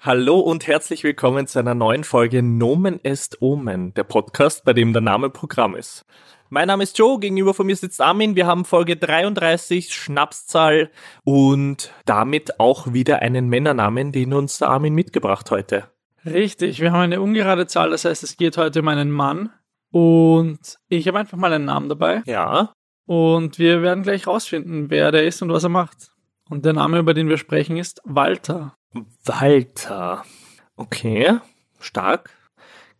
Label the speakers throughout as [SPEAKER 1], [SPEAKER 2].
[SPEAKER 1] Hallo und herzlich willkommen zu einer neuen Folge Nomen est Omen, der Podcast, bei dem der Name Programm ist. Mein Name ist Joe, gegenüber von mir sitzt Armin. Wir haben Folge 33, Schnapszahl und damit auch wieder einen Männernamen, den uns der Armin mitgebracht heute.
[SPEAKER 2] Richtig, wir haben eine ungerade Zahl, das heißt, es geht heute um einen Mann. Und ich habe einfach mal einen Namen dabei.
[SPEAKER 1] Ja,
[SPEAKER 2] Und wir werden gleich rausfinden, wer der ist und was er macht. Und der Name, über den wir sprechen, ist Walter.
[SPEAKER 1] Walter. Okay, stark.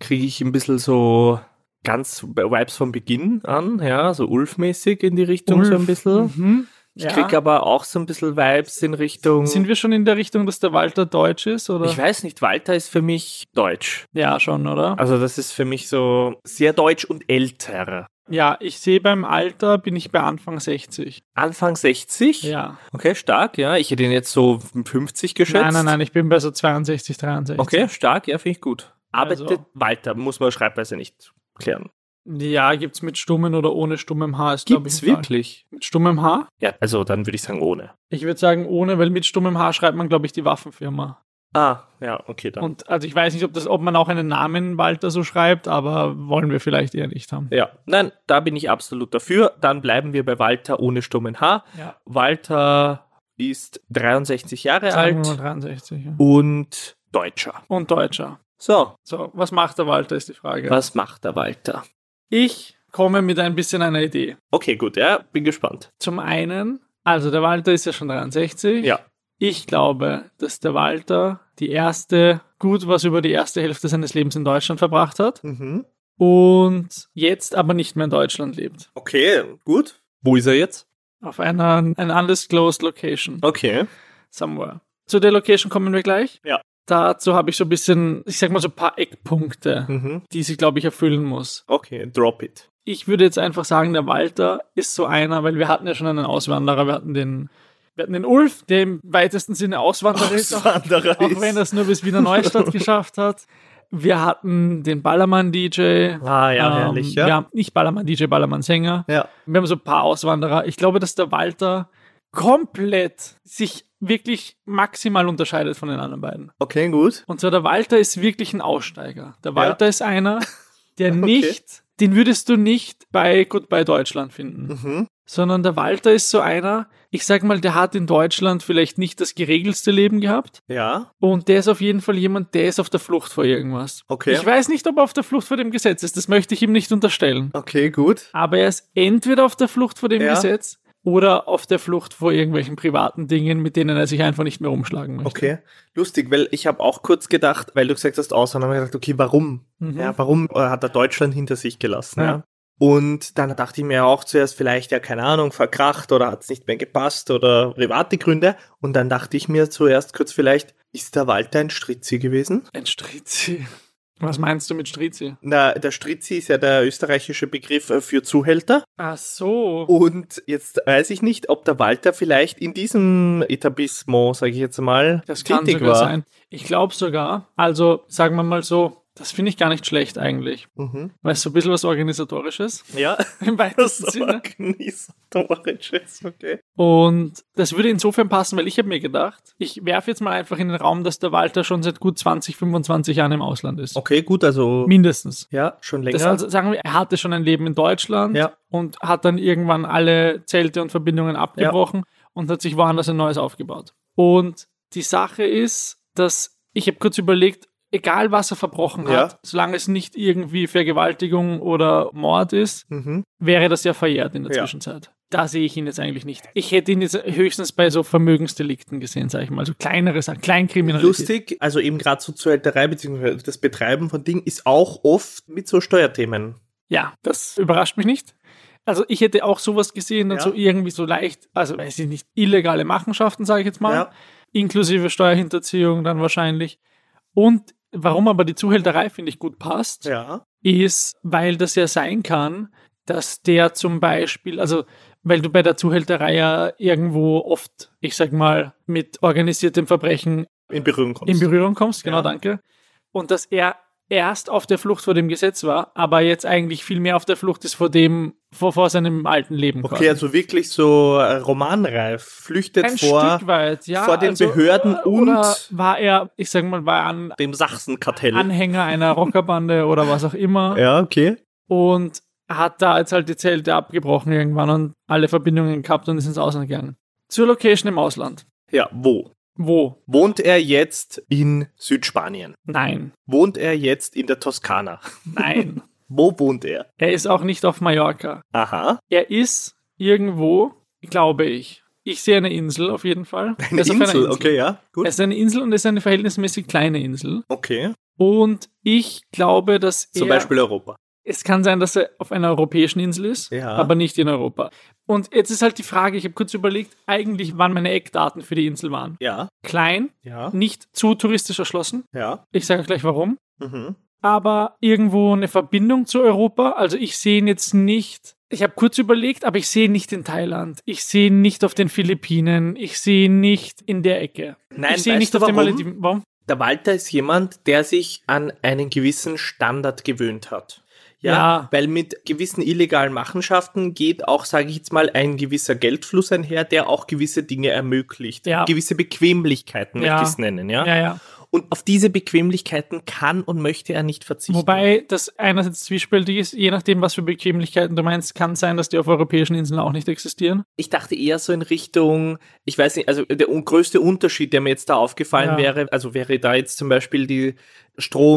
[SPEAKER 1] Kriege ich ein bisschen so ganz Vibes vom Beginn an, ja, so Ulf-mäßig in die Richtung so ein bisschen.
[SPEAKER 2] Mhm.
[SPEAKER 1] Ich
[SPEAKER 2] ja.
[SPEAKER 1] krieg aber auch so ein bisschen Vibes in Richtung.
[SPEAKER 2] Sind wir schon in der Richtung, dass der Walter deutsch ist? Oder?
[SPEAKER 1] ich weiß nicht, Walter ist für mich deutsch.
[SPEAKER 2] ja, schon, oder?
[SPEAKER 1] Also das ist für mich so sehr deutsch und älter.
[SPEAKER 2] Ja, ich sehe beim Alter bin ich bei Anfang 60.
[SPEAKER 1] Anfang 60?
[SPEAKER 2] Ja.
[SPEAKER 1] Okay, stark, ja. Ich hätte ihn jetzt so 50 geschätzt.
[SPEAKER 2] Nein, nein, nein, ich bin bei so 62, 63.
[SPEAKER 1] Okay, stark, ja, finde ich gut.
[SPEAKER 2] Also-
[SPEAKER 1] Arbeitet Walter, muss man Schreibweise nicht klären.
[SPEAKER 2] Ja, gibt's mit stummen oder ohne stummem Haar? Ist, glaub
[SPEAKER 1] Gibt's
[SPEAKER 2] ich, egal.
[SPEAKER 1] wirklich?
[SPEAKER 2] Mit stummem Haar?
[SPEAKER 1] Ja, also dann würde ich sagen ohne.
[SPEAKER 2] Ich würde sagen ohne, weil mit stummem Haar schreibt man, glaube ich, die Waffenfirma.
[SPEAKER 1] Ah, ja, okay, dann.
[SPEAKER 2] Und also ich weiß nicht, ob, das, ob man auch einen Namen Walter so schreibt, aber wollen wir vielleicht eher nicht haben.
[SPEAKER 1] ja, nein, da bin ich absolut dafür. Dann bleiben wir bei Walter ohne stummen H.
[SPEAKER 2] Ja.
[SPEAKER 1] Walter ist 63 Jahre
[SPEAKER 2] Sagen wir mal
[SPEAKER 1] alt
[SPEAKER 2] 63. Ja.
[SPEAKER 1] und Deutscher.
[SPEAKER 2] Und Deutscher.
[SPEAKER 1] So,
[SPEAKER 2] So, was macht der Walter, ist die Frage.
[SPEAKER 1] was macht der Walter?
[SPEAKER 2] Ich komme mit ein bisschen einer Idee.
[SPEAKER 1] Okay, gut, ja, bin gespannt.
[SPEAKER 2] Zum einen, also der Walter ist ja schon 63.
[SPEAKER 1] Ja.
[SPEAKER 2] Ich glaube, dass der Walter die erste, gut was über die erste Hälfte seines Lebens in Deutschland verbracht hat und jetzt aber nicht mehr in Deutschland lebt.
[SPEAKER 1] Okay, gut. Wo ist er jetzt?
[SPEAKER 2] Auf einer an undisclosed location.
[SPEAKER 1] Okay.
[SPEAKER 2] Somewhere. Zu der Location kommen wir gleich.
[SPEAKER 1] Ja.
[SPEAKER 2] Dazu habe ich so ein bisschen, ich sag mal so ein paar Eckpunkte,
[SPEAKER 1] Mhm.
[SPEAKER 2] die sie, glaube ich, erfüllen muss.
[SPEAKER 1] Okay, drop it.
[SPEAKER 2] Ich würde jetzt einfach sagen, der Walter ist so einer, weil wir hatten ja schon einen Auswanderer, wir hatten den, wir hatten den Ulf, der im weitesten Sinne Auswanderer ist, auch,
[SPEAKER 1] Auswanderer
[SPEAKER 2] auch wenn er es nur bis Wiener Neustadt geschafft hat. Wir hatten den Ballermann-DJ.
[SPEAKER 1] Ah,
[SPEAKER 2] Ähm,
[SPEAKER 1] ja, herrlich, ja.
[SPEAKER 2] Wir haben nicht Ballermann-DJ, Ballermann-Sänger.
[SPEAKER 1] Ja.
[SPEAKER 2] Wir haben so ein paar Auswanderer. Ich glaube, dass der Walter komplett sich wirklich maximal unterscheidet von den anderen beiden.
[SPEAKER 1] Okay, gut.
[SPEAKER 2] Und zwar der Walter ist wirklich ein Aussteiger. Der Walter ist einer, der nicht, den würdest du nicht bei Goodbye Deutschland finden,
[SPEAKER 1] Mhm.
[SPEAKER 2] sondern der Walter ist so einer, ich sag mal, der hat in Deutschland vielleicht nicht das geregelste Leben gehabt.
[SPEAKER 1] Ja.
[SPEAKER 2] Und der ist auf jeden Fall jemand, der ist auf der Flucht vor irgendwas.
[SPEAKER 1] Okay.
[SPEAKER 2] Ich weiß nicht, ob er auf der Flucht vor dem Gesetz ist. Das möchte ich ihm nicht unterstellen.
[SPEAKER 1] Okay, gut.
[SPEAKER 2] Aber er ist entweder auf der Flucht vor dem
[SPEAKER 1] Ja.
[SPEAKER 2] Gesetz oder auf der Flucht vor irgendwelchen privaten Dingen, mit denen er sich einfach nicht mehr umschlagen möchte.
[SPEAKER 1] Okay. Lustig, weil ich habe auch kurz gedacht, weil du gesagt hast, oh, Ausland, habe ich gedacht, okay, warum?
[SPEAKER 2] Mhm.
[SPEAKER 1] Ja, warum äh, hat er Deutschland hinter sich gelassen? Ja.
[SPEAKER 2] Ja.
[SPEAKER 1] Und dann dachte ich mir auch zuerst, vielleicht, ja, keine Ahnung, verkracht oder hat es nicht mehr gepasst oder private Gründe. Und dann dachte ich mir zuerst kurz, vielleicht, ist der Walter ein Stritzi gewesen?
[SPEAKER 2] Ein Strizi. Was meinst du mit Strizi?
[SPEAKER 1] Na, der Stritzi ist ja der österreichische Begriff äh, für Zuhälter.
[SPEAKER 2] Ach
[SPEAKER 1] Oh,
[SPEAKER 2] so.
[SPEAKER 1] Und jetzt weiß ich nicht, ob der Walter vielleicht in diesem Etablissement, sage ich jetzt mal,
[SPEAKER 2] Das kann sogar sein. Ich glaube sogar, also sagen wir mal so, das finde ich gar nicht schlecht eigentlich.
[SPEAKER 1] Mhm.
[SPEAKER 2] Weil es so ein bisschen was Organisatorisches
[SPEAKER 1] Ja,
[SPEAKER 2] im
[SPEAKER 1] das
[SPEAKER 2] weitesten Sinne.
[SPEAKER 1] organisatorisches, okay.
[SPEAKER 2] Und das würde insofern passen, weil ich habe mir gedacht, ich werfe jetzt mal einfach in den Raum, dass der Walter schon seit gut 20, 25 Jahren im Ausland ist.
[SPEAKER 1] Okay, gut, also
[SPEAKER 2] Mindestens.
[SPEAKER 1] ja, schon länger.
[SPEAKER 2] Das also, sagen wir, er hatte schon ein Leben in Deutschland
[SPEAKER 1] Ja.
[SPEAKER 2] und hat dann irgendwann alle Zelte und Verbindungen abgebrochen und hat sich woanders ein neues aufgebaut. Und die Sache ist, dass ich habe kurz überlegt, egal was er verbrochen hat,
[SPEAKER 1] Ja.
[SPEAKER 2] solange es nicht irgendwie Vergewaltigung oder Mord ist,
[SPEAKER 1] mhm.
[SPEAKER 2] wäre das ja verjährt in der
[SPEAKER 1] Ja.
[SPEAKER 2] Zwischenzeit. Da sehe ich ihn jetzt eigentlich nicht. Ich hätte ihn jetzt höchstens bei so Vermögensdelikten gesehen, sage ich mal, so kleinere Sachen, Kleinkriminalität.
[SPEAKER 1] Lustig, also eben gerade so Zuhälterei bzw. das Betreiben von Dingen ist auch oft mit so Steuerthemen.
[SPEAKER 2] Ja, das überrascht mich nicht. Also ich hätte auch sowas gesehen, dann
[SPEAKER 1] Ja.
[SPEAKER 2] so irgendwie so leicht, also weiß ich nicht, illegale Machenschaften, sage ich jetzt mal,
[SPEAKER 1] Ja.
[SPEAKER 2] inklusive Steuerhinterziehung dann wahrscheinlich. Und warum aber die Zuhälterei, finde ich, gut passt,
[SPEAKER 1] Ja.
[SPEAKER 2] ist, weil das ja sein kann, dass der zum Beispiel, also weil du bei der Zuhälterei ja irgendwo oft, ich sag mal, mit organisiertem Verbrechen
[SPEAKER 1] In Berührung kommst.
[SPEAKER 2] in Berührung kommst, genau,
[SPEAKER 1] Ja.
[SPEAKER 2] danke. Und dass er erst auf der Flucht vor dem Gesetz war, aber jetzt eigentlich viel mehr auf der Flucht ist vor dem, vor, vor seinem alten Leben.
[SPEAKER 1] Okay, also wirklich so äh, romanreif, flüchtet
[SPEAKER 2] Ein
[SPEAKER 1] vor,
[SPEAKER 2] Stück weit, ja.
[SPEAKER 1] vor den Behörden
[SPEAKER 2] äh,
[SPEAKER 1] und-
[SPEAKER 2] Oder war er, ich sag mal, war er ein
[SPEAKER 1] dem Sachsenkartell.
[SPEAKER 2] Anhänger einer Rockerbande oder was auch immer
[SPEAKER 1] ja, okay.
[SPEAKER 2] und hat da jetzt halt die Zelte abgebrochen irgendwann und alle Verbindungen gehabt und ist ins Ausland gegangen. Zur Location im Ausland.
[SPEAKER 1] Ja, wo?
[SPEAKER 2] Wo?
[SPEAKER 1] Wohnt er jetzt in Südspanien?
[SPEAKER 2] Nein,
[SPEAKER 1] Wohnt er jetzt in der Toskana?
[SPEAKER 2] nein.
[SPEAKER 1] Wo wohnt er?
[SPEAKER 2] er ist auch nicht auf Mallorca.
[SPEAKER 1] Aha.
[SPEAKER 2] Er ist irgendwo, glaube ich. Ich sehe eine Insel auf jeden Fall.
[SPEAKER 1] Eine
[SPEAKER 2] Er ist auf
[SPEAKER 1] Insel.
[SPEAKER 2] einer
[SPEAKER 1] okay, ja.
[SPEAKER 2] Er
[SPEAKER 1] Gut.
[SPEAKER 2] ist eine Insel und es ist eine verhältnismäßig kleine Insel.
[SPEAKER 1] Okay.
[SPEAKER 2] Und ich glaube, dass
[SPEAKER 1] Zum
[SPEAKER 2] er,
[SPEAKER 1] Beispiel Europa.
[SPEAKER 2] es kann sein, dass er auf einer europäischen Insel ist,
[SPEAKER 1] Ja.
[SPEAKER 2] aber nicht in Europa. Und jetzt ist halt die Frage, ich habe kurz überlegt, eigentlich wann meine Eckdaten für die Insel waren.
[SPEAKER 1] Ja.
[SPEAKER 2] Klein,
[SPEAKER 1] Ja.
[SPEAKER 2] nicht zu touristisch erschlossen.
[SPEAKER 1] Ja.
[SPEAKER 2] Ich sage gleich warum.
[SPEAKER 1] Mhm.
[SPEAKER 2] Aber irgendwo eine Verbindung zu Europa. Also ich sehe ihn jetzt nicht. Ich habe kurz überlegt, aber ich sehe ihn nicht in Thailand. Ich sehe ihn nicht auf den Philippinen. Ich sehe ihn nicht in der Ecke.
[SPEAKER 1] Nein,
[SPEAKER 2] ich sehe
[SPEAKER 1] weißt
[SPEAKER 2] ihn nicht
[SPEAKER 1] du
[SPEAKER 2] auf den
[SPEAKER 1] warum?
[SPEAKER 2] Malediven. Warum?
[SPEAKER 1] Der Walter ist jemand, der sich an einen gewissen Standard gewöhnt hat. Ja,
[SPEAKER 2] Ja.
[SPEAKER 1] weil mit gewissen illegalen Machenschaften geht auch, sage ich jetzt mal, ein gewisser Geldfluss einher, der auch gewisse Dinge ermöglicht.
[SPEAKER 2] Ja.
[SPEAKER 1] Gewisse Bequemlichkeiten,
[SPEAKER 2] Ja.
[SPEAKER 1] möchte ich es nennen. Ja?
[SPEAKER 2] Ja, ja.
[SPEAKER 1] Und auf diese Bequemlichkeiten kann und möchte er nicht verzichten.
[SPEAKER 2] Wobei das einerseits zwiespältig ist, je nachdem, was für Bequemlichkeiten du meinst, kann sein, dass die auf europäischen Inseln auch nicht existieren.
[SPEAKER 1] Ich dachte eher so in Richtung, ich weiß nicht, also der un- größte Unterschied, der mir jetzt da aufgefallen
[SPEAKER 2] Ja.
[SPEAKER 1] wäre, also wäre da jetzt zum Beispiel die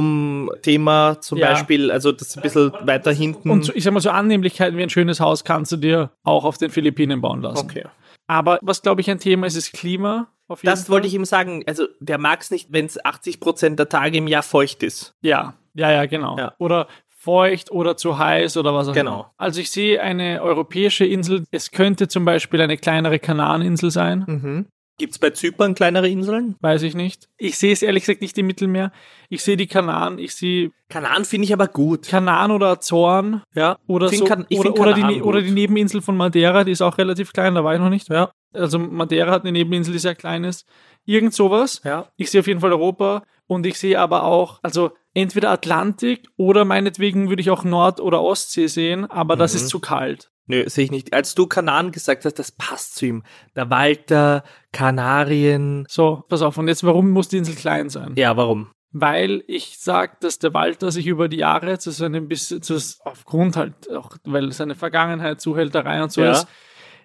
[SPEAKER 1] Stromthema zum
[SPEAKER 2] Ja.
[SPEAKER 1] Beispiel, also das ein bisschen weiter hinten.
[SPEAKER 2] Und so, ich sag mal, so Annehmlichkeiten wie ein schönes Haus kannst du dir auch auf den Philippinen bauen lassen.
[SPEAKER 1] okay.
[SPEAKER 2] Aber was, glaube ich, ein Thema ist, ist Klima. Auf jeden
[SPEAKER 1] Das wollte ich ihm sagen. Also, der mag es nicht, wenn es 80% der Tage im Jahr feucht ist.
[SPEAKER 2] Ja, ja, ja, genau.
[SPEAKER 1] Ja.
[SPEAKER 2] Oder feucht oder zu heiß oder was auch
[SPEAKER 1] Genau.
[SPEAKER 2] immer. Also ich sehe eine europäische Insel. Es könnte zum Beispiel eine kleinere Kanareninsel sein.
[SPEAKER 1] Mhm. Gibt es bei Zypern kleinere Inseln?
[SPEAKER 2] Weiß ich nicht. Ich sehe es ehrlich gesagt nicht im Mittelmeer. Ich sehe die Kanaren. Ich sehe
[SPEAKER 1] Kanaren finde ich aber gut.
[SPEAKER 2] Kanaren oder Azoren.
[SPEAKER 1] Ja.
[SPEAKER 2] Oder,
[SPEAKER 1] Find
[SPEAKER 2] so,
[SPEAKER 1] Kan- ich
[SPEAKER 2] oder,
[SPEAKER 1] find
[SPEAKER 2] oder, die,
[SPEAKER 1] Kanaren
[SPEAKER 2] Ne- oder
[SPEAKER 1] gut.
[SPEAKER 2] die Nebeninsel von Madeira, die ist auch relativ klein, da war ich noch nicht. Ja. Also Madeira hat eine Nebeninsel, die sehr klein ist. Irgend sowas.
[SPEAKER 1] Ja.
[SPEAKER 2] Ich sehe auf jeden Fall Europa und ich sehe aber auch, also entweder Atlantik oder meinetwegen würde ich auch Nord- oder Ostsee sehen, aber das
[SPEAKER 1] Mhm.
[SPEAKER 2] ist zu kalt.
[SPEAKER 1] Nö, sehe ich nicht. Als du Kanaren gesagt hast, das passt zu ihm. Der Walter, Kanarien.
[SPEAKER 2] So, pass auf, und jetzt warum muss die Insel klein sein?
[SPEAKER 1] Ja, warum?
[SPEAKER 2] Weil ich sage, dass der Walter sich über die Jahre zu seinem bisschen, zu, aufgrund halt auch, weil seine Vergangenheit, Zuhälterei und so
[SPEAKER 1] Ja.
[SPEAKER 2] ist,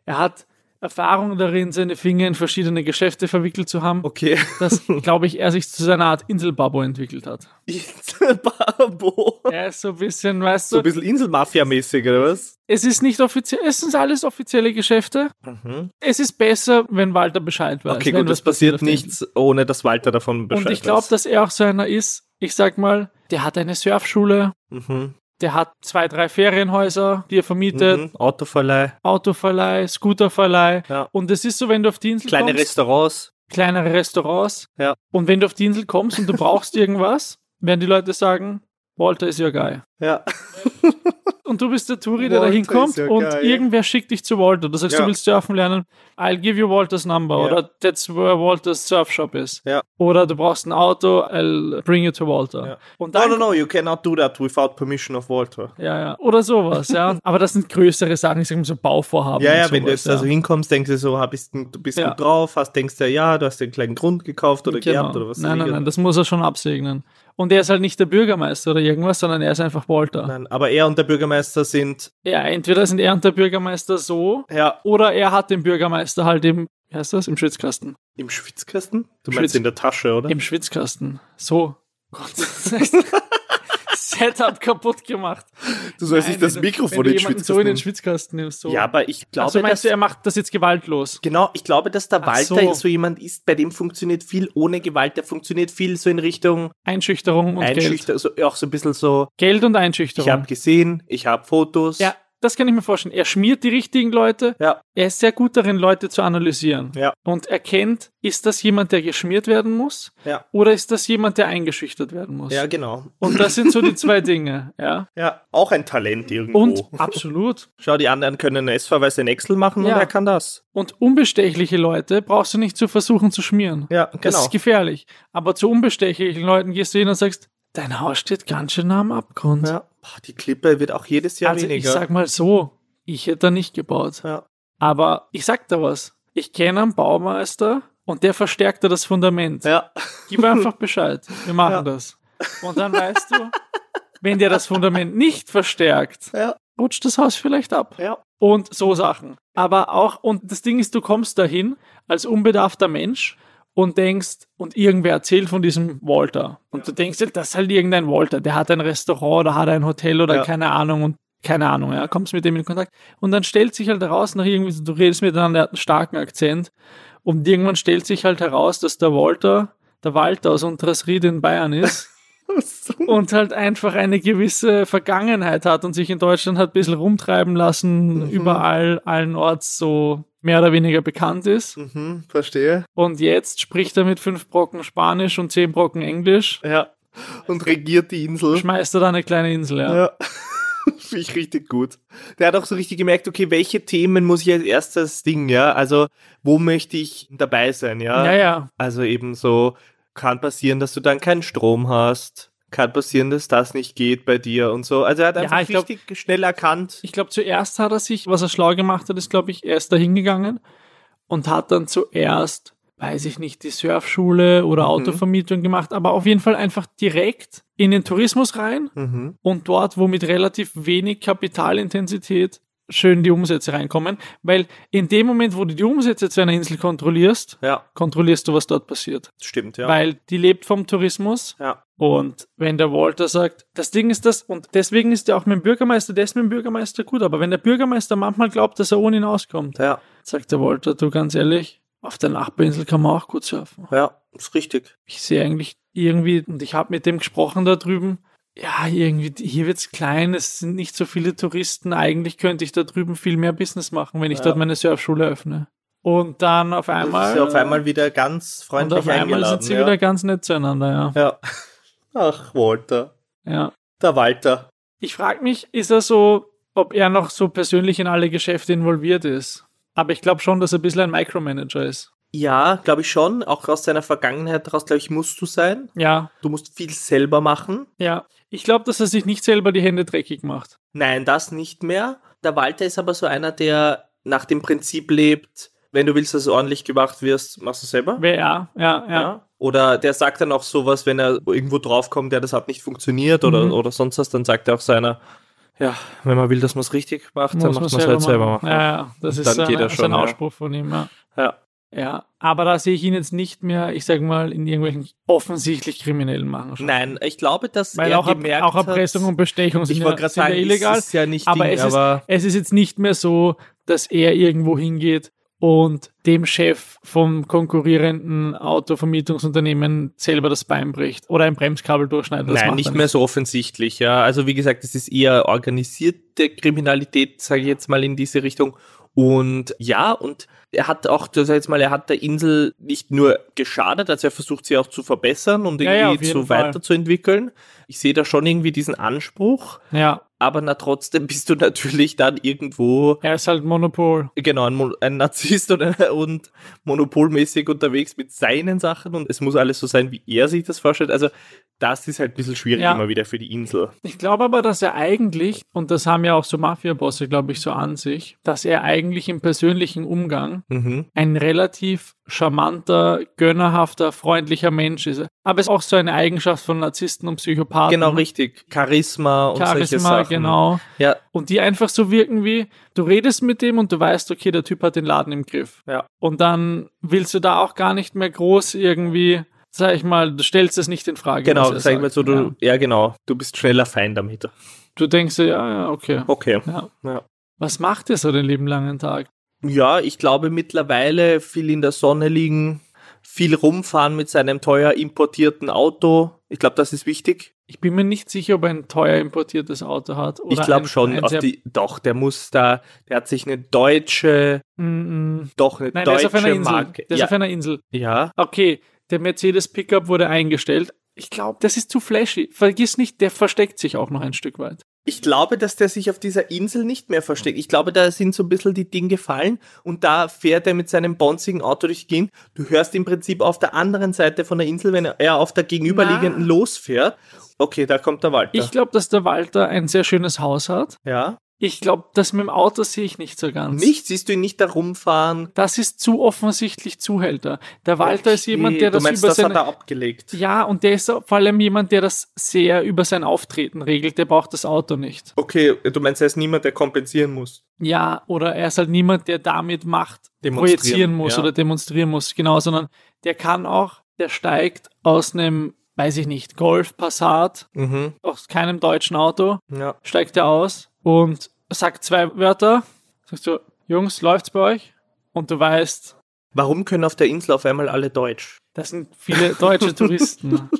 [SPEAKER 2] er hat Erfahrung darin, seine Finger in verschiedene Geschäfte verwickelt zu haben,
[SPEAKER 1] Okay.
[SPEAKER 2] dass, glaube ich, er sich zu seiner Art Inselbabo entwickelt hat.
[SPEAKER 1] Babo.
[SPEAKER 2] Er ist so ein bisschen, weißt
[SPEAKER 1] So
[SPEAKER 2] du,
[SPEAKER 1] ein bisschen Inselmafia-mäßig, oder was?
[SPEAKER 2] es ist nicht offiziell, es sind alles offizielle Geschäfte. Es ist besser, wenn Walter Bescheid weiß.
[SPEAKER 1] Mhm. Okay,
[SPEAKER 2] wenn
[SPEAKER 1] gut,
[SPEAKER 2] was
[SPEAKER 1] das passiert
[SPEAKER 2] auf der Insel.
[SPEAKER 1] nichts, ohne dass Walter davon Bescheid
[SPEAKER 2] Und ich glaube,
[SPEAKER 1] weiß.
[SPEAKER 2] dass er auch so einer ist, ich sag mal, der hat eine Surfschule,
[SPEAKER 1] Mhm.
[SPEAKER 2] der hat zwei, drei Ferienhäuser, die er vermietet,
[SPEAKER 1] Mhm. Autoverleih.
[SPEAKER 2] Autoverleih, Scooterverleih.
[SPEAKER 1] Ja.
[SPEAKER 2] Und es ist so, wenn du auf die Insel
[SPEAKER 1] Kleine
[SPEAKER 2] kommst,
[SPEAKER 1] Restaurants.
[SPEAKER 2] kleinere Restaurants.
[SPEAKER 1] Ja.
[SPEAKER 2] Und wenn du auf die Insel kommst und du brauchst irgendwas, werden die Leute sagen, Walter ist ja geil.
[SPEAKER 1] Ja.
[SPEAKER 2] Und du bist der Touri, der da
[SPEAKER 1] Walter
[SPEAKER 2] hinkommt
[SPEAKER 1] ist ja
[SPEAKER 2] und
[SPEAKER 1] geil.
[SPEAKER 2] irgendwer schickt dich zu Walter. Du sagst,
[SPEAKER 1] Ja.
[SPEAKER 2] du willst surfen lernen. I'll give you Walters number
[SPEAKER 1] Ja.
[SPEAKER 2] oder that's where Walters surf shop is.
[SPEAKER 1] Ja.
[SPEAKER 2] Oder du brauchst ein Auto, I'll bring you to Walter.
[SPEAKER 1] Ja.
[SPEAKER 2] Und
[SPEAKER 1] No,
[SPEAKER 2] dann,
[SPEAKER 1] no, no, you cannot do that without permission of Walter.
[SPEAKER 2] Ja, ja. Oder sowas, ja. Aber das sind größere Sachen, ich sag mal so Bauvorhaben.
[SPEAKER 1] Ja,
[SPEAKER 2] und
[SPEAKER 1] ja,
[SPEAKER 2] sowas,
[SPEAKER 1] wenn du jetzt
[SPEAKER 2] ja.
[SPEAKER 1] also hinkommst, denkst du so, hab ich's, du bist
[SPEAKER 2] Ja.
[SPEAKER 1] gut drauf, hast, denkst du, ja, du hast den kleinen Grund gekauft oder
[SPEAKER 2] Genau.
[SPEAKER 1] geerbt oder was.
[SPEAKER 2] nein,
[SPEAKER 1] weiß
[SPEAKER 2] nein,
[SPEAKER 1] ich.
[SPEAKER 2] nein, das muss er schon absegnen. Und er ist halt nicht der Bürgermeister oder irgendwas, sondern er ist einfach Walter.
[SPEAKER 1] Nein, aber er und der Bürgermeister sind,
[SPEAKER 2] Ja, entweder sind er und der Bürgermeister so,
[SPEAKER 1] ja,
[SPEAKER 2] oder er hat den Bürgermeister halt im, wie heißt das, im Schwitzkasten.
[SPEAKER 1] im Schwitzkasten? Du
[SPEAKER 2] Schwitz-
[SPEAKER 1] meinst in der Tasche, oder?
[SPEAKER 2] Im Schwitzkasten. So. Gott, das heißt, Setup kaputt gemacht.
[SPEAKER 1] du sollst
[SPEAKER 2] Nein, wenn du- wenn du jemanden so in den Schwitzkasten nimmst. So.
[SPEAKER 1] Ja, aber ich glaube,
[SPEAKER 2] also meinst
[SPEAKER 1] dass,
[SPEAKER 2] du, er macht das jetzt gewaltlos?
[SPEAKER 1] genau, ich glaube, dass der
[SPEAKER 2] Ach
[SPEAKER 1] Walter so.
[SPEAKER 2] so.
[SPEAKER 1] jemand ist, bei dem funktioniert viel ohne Gewalt, der funktioniert viel so in Richtung
[SPEAKER 2] Einschüchterung und Geld.
[SPEAKER 1] Einschüchter, also auch so ein bisschen so,
[SPEAKER 2] Geld und
[SPEAKER 1] ich habe
[SPEAKER 2] Einschüchterung.
[SPEAKER 1] gesehen, ich habe Fotos.
[SPEAKER 2] Ja, das kann ich mir vorstellen. Er schmiert die richtigen Leute.
[SPEAKER 1] Ja.
[SPEAKER 2] Er ist sehr gut darin, Leute zu analysieren.
[SPEAKER 1] Ja.
[SPEAKER 2] Und erkennt, ist das jemand, der geschmiert werden muss?
[SPEAKER 1] Ja.
[SPEAKER 2] Oder ist das jemand, der eingeschüchtert werden muss?
[SPEAKER 1] Ja, genau.
[SPEAKER 2] Und das sind so die zwei Dinge. Ja.
[SPEAKER 1] Ja, auch ein Talent irgendwo.
[SPEAKER 2] Und absolut.
[SPEAKER 1] Schau, die anderen können S-Verweise in Excel machen
[SPEAKER 2] Ja.
[SPEAKER 1] und er kann das.
[SPEAKER 2] Und unbestechliche Leute brauchst du nicht zu versuchen zu schmieren.
[SPEAKER 1] Ja, genau.
[SPEAKER 2] Das ist gefährlich. Aber zu unbestechlichen Leuten gehst du hin und sagst, Dein Haus steht ganz schön am Abgrund.
[SPEAKER 1] Ja. Boah, Die Klippe wird auch jedes Jahr
[SPEAKER 2] also
[SPEAKER 1] weniger.
[SPEAKER 2] ich sag mal so, ich hätte da nicht gebaut.
[SPEAKER 1] ja.
[SPEAKER 2] Aber ich sag da was. Ich kenne einen Baumeister und der verstärkt da das Fundament.
[SPEAKER 1] ja.
[SPEAKER 2] Gib einfach Bescheid. Wir machen
[SPEAKER 1] Ja.
[SPEAKER 2] das. Und dann weißt du, wenn der das Fundament nicht verstärkt,
[SPEAKER 1] Ja.
[SPEAKER 2] rutscht das Haus vielleicht ab.
[SPEAKER 1] Ja.
[SPEAKER 2] Und so Sachen. Aber auch, und das Ding ist, du kommst dahin als unbedarfter Mensch und denkst, und irgendwer erzählt von diesem Walter. Und du denkst, dir, das ist halt irgendein Walter, der hat ein Restaurant oder hat ein Hotel oder
[SPEAKER 1] Ja.
[SPEAKER 2] keine Ahnung und keine Ahnung, ja, kommst mit dem in Kontakt. Und dann stellt sich halt heraus, nach irgendwie, so, du redest miteinander, er hat einen starken Akzent. Und irgendwann stellt sich halt heraus, dass der Walter, der Walter aus Untersried in Bayern ist und halt einfach eine gewisse Vergangenheit hat und sich in Deutschland hat ein bisschen rumtreiben lassen,
[SPEAKER 1] Mhm.
[SPEAKER 2] überall, allenorts so mehr oder weniger bekannt ist.
[SPEAKER 1] Mhm, verstehe.
[SPEAKER 2] Und jetzt spricht er mit fünf Brocken Spanisch und zehn Brocken Englisch,
[SPEAKER 1] Ja. Und regiert die Insel.
[SPEAKER 2] schmeißt er da eine kleine Insel her.
[SPEAKER 1] Ja. Finde ich richtig gut. Der hat auch so richtig gemerkt, okay, welche Themen muss ich als erstes Ding, ja? Also, wo möchte ich dabei sein, ja?
[SPEAKER 2] Ja, ja,
[SPEAKER 1] Also eben so, kann passieren, dass du dann keinen Strom hast. Kann passieren, dass das nicht geht bei dir und so. Also er hat
[SPEAKER 2] Ja,
[SPEAKER 1] einfach
[SPEAKER 2] ich glaub-
[SPEAKER 1] richtig schnell erkannt.
[SPEAKER 2] Ich glaube, zuerst hat er sich, was er schlau gemacht hat, ist, glaube ich, er ist da hingegangen und hat dann zuerst, weiß ich nicht, die Surfschule oder
[SPEAKER 1] Mhm.
[SPEAKER 2] Autovermietung gemacht, aber auf jeden Fall einfach direkt in den Tourismus rein
[SPEAKER 1] Mhm.
[SPEAKER 2] und dort, wo mit relativ wenig Kapitalintensität schön die Umsätze reinkommen, weil in dem Moment, wo du die Umsätze zu einer Insel kontrollierst,
[SPEAKER 1] Ja,
[SPEAKER 2] kontrollierst du, was dort passiert.
[SPEAKER 1] stimmt, ja.
[SPEAKER 2] Weil die lebt vom Tourismus
[SPEAKER 1] ja.
[SPEAKER 2] und wenn der Walter sagt, das Ding ist das, und deswegen ist er auch mit dem Bürgermeister, der ist mit dem Bürgermeister gut, aber wenn der Bürgermeister manchmal glaubt, dass er ohne ihn auskommt,
[SPEAKER 1] Ja,
[SPEAKER 2] sagt der Walter, du ganz ehrlich, auf der Nachbarinsel kann man auch gut surfen.
[SPEAKER 1] ja, ist richtig.
[SPEAKER 2] Ich sehe eigentlich irgendwie, und ich habe mit dem gesprochen da drüben, ja, irgendwie, hier wird's klein, es sind nicht so viele Touristen, eigentlich könnte ich da drüben viel mehr Business machen, wenn ich
[SPEAKER 1] Ja.
[SPEAKER 2] dort meine Surfschule öffne. Und dann auf
[SPEAKER 1] Das
[SPEAKER 2] einmal,
[SPEAKER 1] ist ja auf einmal wieder ganz
[SPEAKER 2] und
[SPEAKER 1] freundlich
[SPEAKER 2] auf einmal
[SPEAKER 1] eingeladen.
[SPEAKER 2] sind sie
[SPEAKER 1] ja.
[SPEAKER 2] wieder ganz nett zueinander,
[SPEAKER 1] ja. Ach, Walter.
[SPEAKER 2] ja. ja.
[SPEAKER 1] Der Walter.
[SPEAKER 2] Ich frage mich, ist er so, ob er noch so persönlich in alle Geschäfte involviert ist. Aber ich glaube schon, dass er ein bisschen ein Micromanager ist.
[SPEAKER 1] Ja, glaube ich schon. Auch aus seiner Vergangenheit heraus, glaube ich, musst du sein.
[SPEAKER 2] Ja,
[SPEAKER 1] Du musst viel selber machen.
[SPEAKER 2] ja. Ich glaube, dass er sich nicht selber die Hände dreckig macht.
[SPEAKER 1] Nein, das nicht mehr. Der Walter ist aber so einer, der nach dem Prinzip lebt, wenn du willst, dass du ordentlich gemacht wirst, machst du selber.
[SPEAKER 2] Wer ja, ja, ja.
[SPEAKER 1] Oder der sagt dann auch sowas, wenn er irgendwo draufkommt, der das hat nicht funktioniert oder,
[SPEAKER 2] Mhm.
[SPEAKER 1] oder sonst was, dann sagt er auch seiner, ja, wenn man will, dass man es richtig macht, dann macht man es halt selber machen.
[SPEAKER 2] Ja, ja. Das ist
[SPEAKER 1] Dann
[SPEAKER 2] so ein,
[SPEAKER 1] geht er
[SPEAKER 2] so ein
[SPEAKER 1] schon, ja.
[SPEAKER 2] Ausspruch von ihm, ja.
[SPEAKER 1] Ja.
[SPEAKER 2] Ja, aber da sehe ich ihn jetzt nicht mehr, ich sag mal, in irgendwelchen offensichtlich kriminellen Machenschaften.
[SPEAKER 1] Nein, ich glaube, dass
[SPEAKER 2] Weil
[SPEAKER 1] er
[SPEAKER 2] auch, Ab-
[SPEAKER 1] gemerkt
[SPEAKER 2] auch Erpressung
[SPEAKER 1] hat,
[SPEAKER 2] und Bestechung sind,
[SPEAKER 1] ich
[SPEAKER 2] ja,
[SPEAKER 1] wollte gerade
[SPEAKER 2] sind ja
[SPEAKER 1] sagen,
[SPEAKER 2] illegal.
[SPEAKER 1] es ist ja nicht
[SPEAKER 2] aber
[SPEAKER 1] Ding,
[SPEAKER 2] es ist-
[SPEAKER 1] aber
[SPEAKER 2] es ist jetzt nicht mehr so, dass er irgendwo hingeht und dem Chef vom konkurrierenden Autovermietungsunternehmen selber das Bein bricht oder ein Bremskabel durchschneidet. Das
[SPEAKER 1] Nein,
[SPEAKER 2] macht
[SPEAKER 1] nicht
[SPEAKER 2] er
[SPEAKER 1] mehr so offensichtlich, ja. Also wie gesagt, es ist eher organisierte Kriminalität, sage ich jetzt mal in diese Richtung. Und ja, und er hat auch, das jetzt mal, er hat der Insel nicht nur geschadet, also er versucht sie auch zu verbessern und
[SPEAKER 2] Ja, ja,
[SPEAKER 1] irgendwie
[SPEAKER 2] auf jeden
[SPEAKER 1] zu
[SPEAKER 2] Fall.
[SPEAKER 1] weiterzuentwickeln. Ich sehe da schon irgendwie diesen Anspruch,
[SPEAKER 2] Ja,
[SPEAKER 1] aber na trotzdem bist du natürlich dann irgendwo
[SPEAKER 2] er ist halt Monopol.
[SPEAKER 1] genau ein, Mon ein Narzisst und, und monopolmäßig unterwegs mit seinen Sachen und es muss alles so sein, wie er sich das vorstellt. Also das ist halt ein bisschen schwierig
[SPEAKER 2] Ja.
[SPEAKER 1] immer wieder für die Insel.
[SPEAKER 2] Ich glaube aber, dass er eigentlich, und das haben ja auch so Mafia-Bosse, glaube ich, so an sich, dass er eigentlich im persönlichen Umgang
[SPEAKER 1] Mhm.
[SPEAKER 2] ein relativ charmanter, gönnerhafter, freundlicher Mensch ist. Aber es ist auch so eine Eigenschaft von Narzissten und Psychopathen.
[SPEAKER 1] Genau richtig. Charisma und solche
[SPEAKER 2] Mhm. Charisma,
[SPEAKER 1] Sachen.
[SPEAKER 2] genau.
[SPEAKER 1] Ja,
[SPEAKER 2] Und die einfach so wirken wie, du redest mit dem und du weißt, okay, der Typ hat den Laden im Griff.
[SPEAKER 1] Ja.
[SPEAKER 2] Und dann willst du da auch gar nicht mehr groß irgendwie, sag ich mal, du stellst es nicht in Frage. was
[SPEAKER 1] genau.
[SPEAKER 2] er
[SPEAKER 1] Sag ich
[SPEAKER 2] sagt.
[SPEAKER 1] mal so,
[SPEAKER 2] Ja.
[SPEAKER 1] du, ja. genau. Du bist schneller Feind damit.
[SPEAKER 2] Du denkst dir, ja, ja, okay.
[SPEAKER 1] Okay.
[SPEAKER 2] Ja.
[SPEAKER 1] Ja.
[SPEAKER 2] Was macht ihr so den lieben langen Tag?
[SPEAKER 1] Ja, ich glaube mittlerweile viel in der Sonne liegen, viel rumfahren mit seinem teuer importierten Auto. Ich glaube, das ist wichtig.
[SPEAKER 2] Ich bin mir nicht sicher, ob er ein teuer importiertes Auto hat. Oder
[SPEAKER 1] ich glaube
[SPEAKER 2] ein-
[SPEAKER 1] schon,
[SPEAKER 2] ein
[SPEAKER 1] auf
[SPEAKER 2] sehr-
[SPEAKER 1] die, doch, der muss da, der hat sich eine deutsche,
[SPEAKER 2] Mm, mm.
[SPEAKER 1] doch eine
[SPEAKER 2] Nein, der ist
[SPEAKER 1] deutsche
[SPEAKER 2] auf einer Insel.
[SPEAKER 1] Marke.
[SPEAKER 2] Der ist
[SPEAKER 1] ja.
[SPEAKER 2] auf einer Insel.
[SPEAKER 1] ja,
[SPEAKER 2] Okay, der Mercedes-Pickup wurde eingestellt. Ich glaube, das ist zu flashy. Vergiss nicht, der versteckt sich auch noch ein Stück weit.
[SPEAKER 1] Ich glaube, dass der sich auf dieser Insel nicht mehr versteckt. Ich glaube, da sind so ein bisschen die Dinge gefallen und da fährt er mit seinem bonzigen Auto durch die Gegend. Du hörst im Prinzip auf der anderen Seite von der Insel, wenn er auf der gegenüberliegenden
[SPEAKER 2] Na.
[SPEAKER 1] losfährt. Okay, da kommt der Walter.
[SPEAKER 2] Ich glaube, dass der Walter ein sehr schönes Haus hat.
[SPEAKER 1] ja.
[SPEAKER 2] Ich glaube, das mit dem Auto sehe ich nicht so ganz.
[SPEAKER 1] Nicht, siehst du ihn nicht da rumfahren?
[SPEAKER 2] Das ist zu offensichtlich Zuhälter. Der Walter ist jemand, der
[SPEAKER 1] du
[SPEAKER 2] das
[SPEAKER 1] meinst,
[SPEAKER 2] über
[SPEAKER 1] das
[SPEAKER 2] seine.
[SPEAKER 1] hat er abgelegt.
[SPEAKER 2] ja, und der ist vor allem jemand, der das sehr über sein Auftreten regelt. Der braucht das Auto nicht.
[SPEAKER 1] Okay, du meinst, er ist niemand, der kompensieren muss.
[SPEAKER 2] Ja, oder er ist halt niemand, der damit Macht
[SPEAKER 1] Demonstrieren,
[SPEAKER 2] projizieren muss
[SPEAKER 1] ja.
[SPEAKER 2] oder demonstrieren muss. Genau, sondern der kann auch, der steigt aus einem, weiß ich nicht, Golf Passat,
[SPEAKER 1] Mhm.
[SPEAKER 2] aus keinem deutschen Auto,
[SPEAKER 1] Ja.
[SPEAKER 2] steigt er aus und sagt zwei Wörter. Sagst du, Jungs, läuft's bei euch? Und du weißt,
[SPEAKER 1] Warum können auf der Insel auf einmal alle Deutsch?
[SPEAKER 2] Das sind viele deutsche Touristen.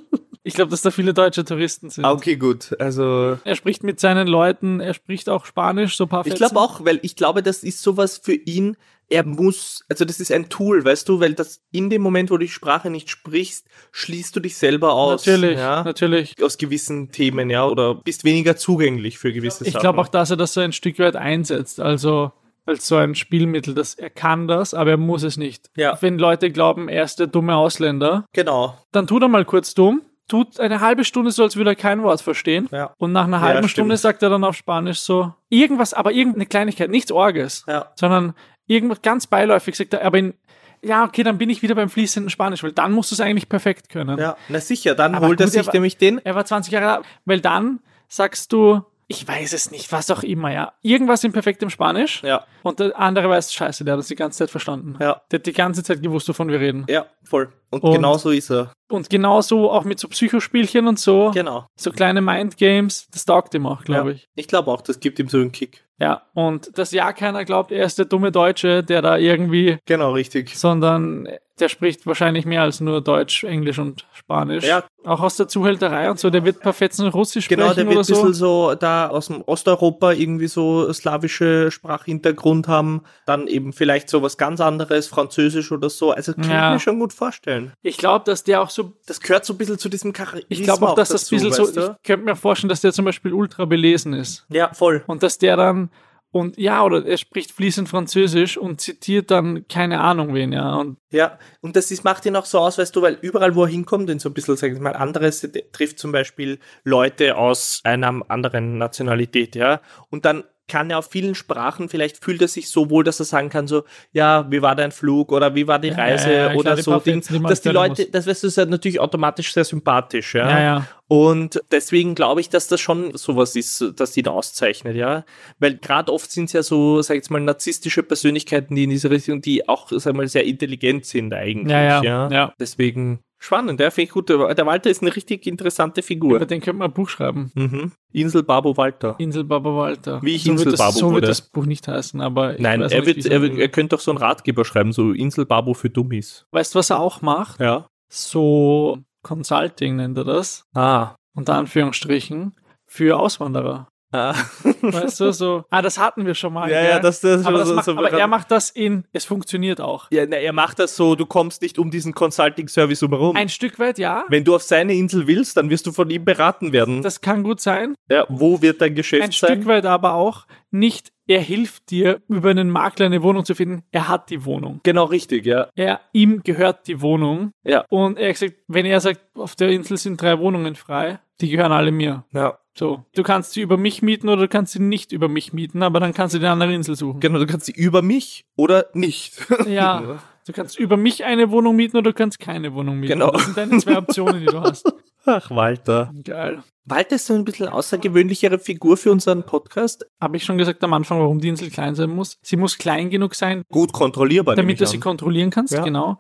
[SPEAKER 2] Ich glaube, dass da viele deutsche Touristen sind.
[SPEAKER 1] Ah, Okay, gut. Also
[SPEAKER 2] Er spricht mit seinen Leuten, er spricht auch Spanisch, so ein paar
[SPEAKER 1] Ich
[SPEAKER 2] Fetzen.
[SPEAKER 1] glaube auch, weil ich glaube, das ist sowas für ihn. Er muss, also das ist ein Tool, weißt du, weil das in dem Moment, wo du die Sprache nicht sprichst, schließt du dich selber aus.
[SPEAKER 2] Natürlich,
[SPEAKER 1] Ja?
[SPEAKER 2] natürlich.
[SPEAKER 1] Aus gewissen Themen, ja, oder bist weniger zugänglich für gewisse
[SPEAKER 2] Ich
[SPEAKER 1] Sachen.
[SPEAKER 2] glaube auch, dass er das so ein Stück weit einsetzt, also als so ein Spielmittel, dass er kann das, aber er muss es nicht.
[SPEAKER 1] Ja.
[SPEAKER 2] Wenn Leute glauben, er ist der dumme Ausländer,
[SPEAKER 1] Genau.
[SPEAKER 2] dann tut er mal kurz dumm, tut eine halbe Stunde so, als würde er kein Wort verstehen.
[SPEAKER 1] Ja.
[SPEAKER 2] Und nach einer
[SPEAKER 1] Ja,
[SPEAKER 2] halben
[SPEAKER 1] stimmt.
[SPEAKER 2] Stunde sagt er dann auf Spanisch so irgendwas, aber irgendeine Kleinigkeit, nichts Orges.
[SPEAKER 1] Ja.
[SPEAKER 2] sondern irgendwas ganz beiläufig sagt er, aber in, ja, okay, dann bin ich wieder beim fließenden Spanisch, weil dann musst du es eigentlich perfekt können.
[SPEAKER 1] Ja. Na sicher, dann
[SPEAKER 2] Aber
[SPEAKER 1] holt er
[SPEAKER 2] gut,
[SPEAKER 1] sich
[SPEAKER 2] aber-
[SPEAKER 1] nämlich den.
[SPEAKER 2] Er war 20 Jahre alt, weil dann sagst du, ich weiß es nicht, was auch immer, ja. Irgendwas in perfektem Spanisch
[SPEAKER 1] Ja.
[SPEAKER 2] und der andere weiß, scheiße, der hat das die ganze Zeit verstanden.
[SPEAKER 1] Ja.
[SPEAKER 2] Der hat die ganze Zeit gewusst, wovon wir reden.
[SPEAKER 1] Ja, voll. Und,
[SPEAKER 2] Und-
[SPEAKER 1] genau so ist er.
[SPEAKER 2] Und genauso auch mit so Psychospielchen und so,
[SPEAKER 1] Genau.
[SPEAKER 2] so kleine Mindgames, das taugt ihm auch, glaube
[SPEAKER 1] ja.
[SPEAKER 2] ich.
[SPEAKER 1] Ich glaube auch, das gibt ihm so einen Kick.
[SPEAKER 2] Ja, und dass ja keiner glaubt, er ist der dumme Deutsche, der da irgendwie
[SPEAKER 1] Genau, richtig.
[SPEAKER 2] sondern der spricht wahrscheinlich mehr als nur Deutsch, Englisch und Spanisch.
[SPEAKER 1] Ja.
[SPEAKER 2] Auch aus der Zuhälterei und so, der wird perfekt Russisch sprechen
[SPEAKER 1] Genau, der wird
[SPEAKER 2] oder
[SPEAKER 1] ein
[SPEAKER 2] so.
[SPEAKER 1] bisschen so da aus dem Osteuropa irgendwie so slawische Sprachhintergrund haben, dann eben vielleicht so was ganz anderes, Französisch oder so. Also kann
[SPEAKER 2] Ja.
[SPEAKER 1] ich mir schon gut vorstellen.
[SPEAKER 2] Ich glaube, dass der auch so.
[SPEAKER 1] Das gehört so ein bisschen zu diesem Charisma
[SPEAKER 2] Ich glaube auch, dass das ein bisschen so.
[SPEAKER 1] weißt du?
[SPEAKER 2] Ich könnte mir vorstellen, dass der zum Beispiel ultra belesen ist.
[SPEAKER 1] Ja, voll.
[SPEAKER 2] Und dass der dann. Und ja, oder er spricht fließend Französisch und zitiert dann keine Ahnung wen, ja. Und
[SPEAKER 1] Ja, und das ist, macht ihn auch so aus, weißt du, weil überall, wo er hinkommt, in so ein bisschen, sag ich mal, anderes, der trifft zum Beispiel Leute aus einer anderen Nationalität, ja. Und dann kann er auf vielen Sprachen, vielleicht fühlt er sich so wohl, dass er sagen kann, so, ja, wie war dein Flug oder wie war die Reise
[SPEAKER 2] ja, ja,
[SPEAKER 1] oder
[SPEAKER 2] klar, die
[SPEAKER 1] so
[SPEAKER 2] braucht er
[SPEAKER 1] Ding.
[SPEAKER 2] jetzt nicht mal
[SPEAKER 1] Dass die
[SPEAKER 2] erklären
[SPEAKER 1] Leute,
[SPEAKER 2] muss.
[SPEAKER 1] das weißt du, ist ja natürlich automatisch sehr sympathisch, ja.
[SPEAKER 2] ja, ja.
[SPEAKER 1] Und deswegen glaube ich, dass das schon sowas ist, das ihn auszeichnet, ja. Weil gerade oft sind es ja so, sag ich jetzt mal, narzisstische Persönlichkeiten, die in diese Richtung, die auch, sag ich mal, sehr intelligent sind eigentlich.
[SPEAKER 2] Ja, ja, ja.
[SPEAKER 1] Deswegen spannend, ja, finde ich gut. Der der Walter ist eine richtig interessante
[SPEAKER 2] Über
[SPEAKER 1] Figur.
[SPEAKER 2] den könnte man ein Buch schreiben.
[SPEAKER 1] Mhm. Insel Babo Walter.
[SPEAKER 2] Insel Baba Walter.
[SPEAKER 1] Wie ich
[SPEAKER 2] so wird das,
[SPEAKER 1] Inselbabo
[SPEAKER 2] So
[SPEAKER 1] wurde.
[SPEAKER 2] wird das Buch nicht heißen, aber. ich
[SPEAKER 1] Nein,
[SPEAKER 2] weiß
[SPEAKER 1] er,
[SPEAKER 2] nicht,
[SPEAKER 1] wird,
[SPEAKER 2] wie's
[SPEAKER 1] er, wird,
[SPEAKER 2] heißt.
[SPEAKER 1] er könnte doch so einen Ratgeber schreiben, so Insel Babo für Dummies.
[SPEAKER 2] Weißt du, was er auch macht?
[SPEAKER 1] Ja.
[SPEAKER 2] so Consulting nennt er das,
[SPEAKER 1] Ah.
[SPEAKER 2] unter Anführungsstrichen, für Auswanderer.
[SPEAKER 1] ah.
[SPEAKER 2] Weißt du, so, ah, das hatten wir schon mal.
[SPEAKER 1] ja,
[SPEAKER 2] gell?
[SPEAKER 1] ja, das, das
[SPEAKER 2] aber, das
[SPEAKER 1] so-
[SPEAKER 2] macht,
[SPEAKER 1] so-
[SPEAKER 2] aber er macht das in, es funktioniert auch.
[SPEAKER 1] ja, na, er macht das so, du kommst nicht um diesen Consulting-Service herum.
[SPEAKER 2] Ein Stück weit, ja,
[SPEAKER 1] Wenn du auf seine Insel willst, dann wirst du von ihm beraten werden.
[SPEAKER 2] das kann gut sein.
[SPEAKER 1] ja, wo wird dein Geschäft
[SPEAKER 2] Ein
[SPEAKER 1] sein?
[SPEAKER 2] Stück weit aber auch nicht, er hilft dir, über einen Makler eine Wohnung zu finden. Er hat die Wohnung.
[SPEAKER 1] Genau richtig, ja.
[SPEAKER 2] Er, ihm gehört die Wohnung.
[SPEAKER 1] Ja.
[SPEAKER 2] Und er sagt, wenn er sagt, auf der Insel sind drei Wohnungen frei, die gehören alle mir.
[SPEAKER 1] ja.
[SPEAKER 2] So, du kannst sie über mich mieten oder du kannst sie nicht über mich mieten, aber dann kannst du die andere Insel suchen.
[SPEAKER 1] Genau, du kannst sie über mich oder nicht.
[SPEAKER 2] Ja, du kannst über mich eine Wohnung mieten oder du kannst keine Wohnung mieten.
[SPEAKER 1] Genau.
[SPEAKER 2] Das sind deine zwei Optionen, die du hast.
[SPEAKER 1] Ach, Walter.
[SPEAKER 2] Geil.
[SPEAKER 1] Walter ist so ein bisschen außergewöhnlichere Figur für unseren Podcast.
[SPEAKER 2] Habe ich schon gesagt am Anfang, warum die Insel klein sein muss? Sie muss klein genug sein,
[SPEAKER 1] Gut kontrollierbar. nehme ich
[SPEAKER 2] damit du sie
[SPEAKER 1] an.
[SPEAKER 2] kontrollieren kannst,
[SPEAKER 1] Ja.
[SPEAKER 2] genau.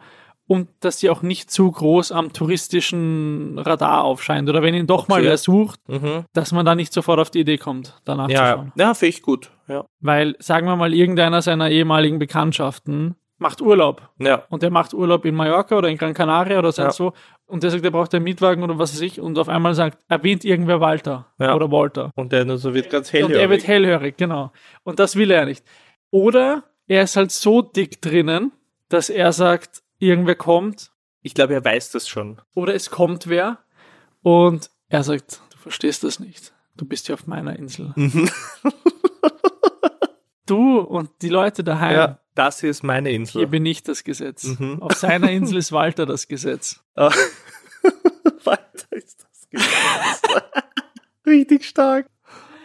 [SPEAKER 2] Und dass sie auch nicht zu groß am touristischen Radar aufscheint. Oder wenn ihn doch mal
[SPEAKER 1] Okay.
[SPEAKER 2] wer sucht,
[SPEAKER 1] mhm.
[SPEAKER 2] dass man da nicht sofort auf die Idee kommt, danach zu
[SPEAKER 1] Ja,
[SPEAKER 2] schauen.
[SPEAKER 1] ja. ja finde ich gut. Ja.
[SPEAKER 2] Weil, sagen wir mal, irgendeiner seiner ehemaligen Bekanntschaften macht Urlaub
[SPEAKER 1] ja.
[SPEAKER 2] und der macht Urlaub in Mallorca oder in Gran Canaria oder sonst wo und der sagt, der braucht einen Mietwagen oder was weiß ich und auf einmal sagt, erwähnt irgendwer Walter
[SPEAKER 1] Ja.
[SPEAKER 2] oder Walter.
[SPEAKER 1] Und der nur so wird ganz hell.
[SPEAKER 2] Und er wird hellhörig, genau. Und das will er nicht. Oder er ist halt so dick drinnen, dass er sagt, irgendwer kommt
[SPEAKER 1] ich glaube, er weiß das schon.
[SPEAKER 2] oder es kommt wer und er sagt, du verstehst das nicht. Du bist ja auf meiner Insel.
[SPEAKER 1] Mhm.
[SPEAKER 2] Du und die Leute daheim,
[SPEAKER 1] Ja, das hier ist meine
[SPEAKER 2] hier
[SPEAKER 1] Insel.
[SPEAKER 2] bin ich das Gesetz.
[SPEAKER 1] Mhm.
[SPEAKER 2] Auf seiner Insel ist Walter das Gesetz.
[SPEAKER 1] Ah. Weiter ist das Gesetz. Richtig stark.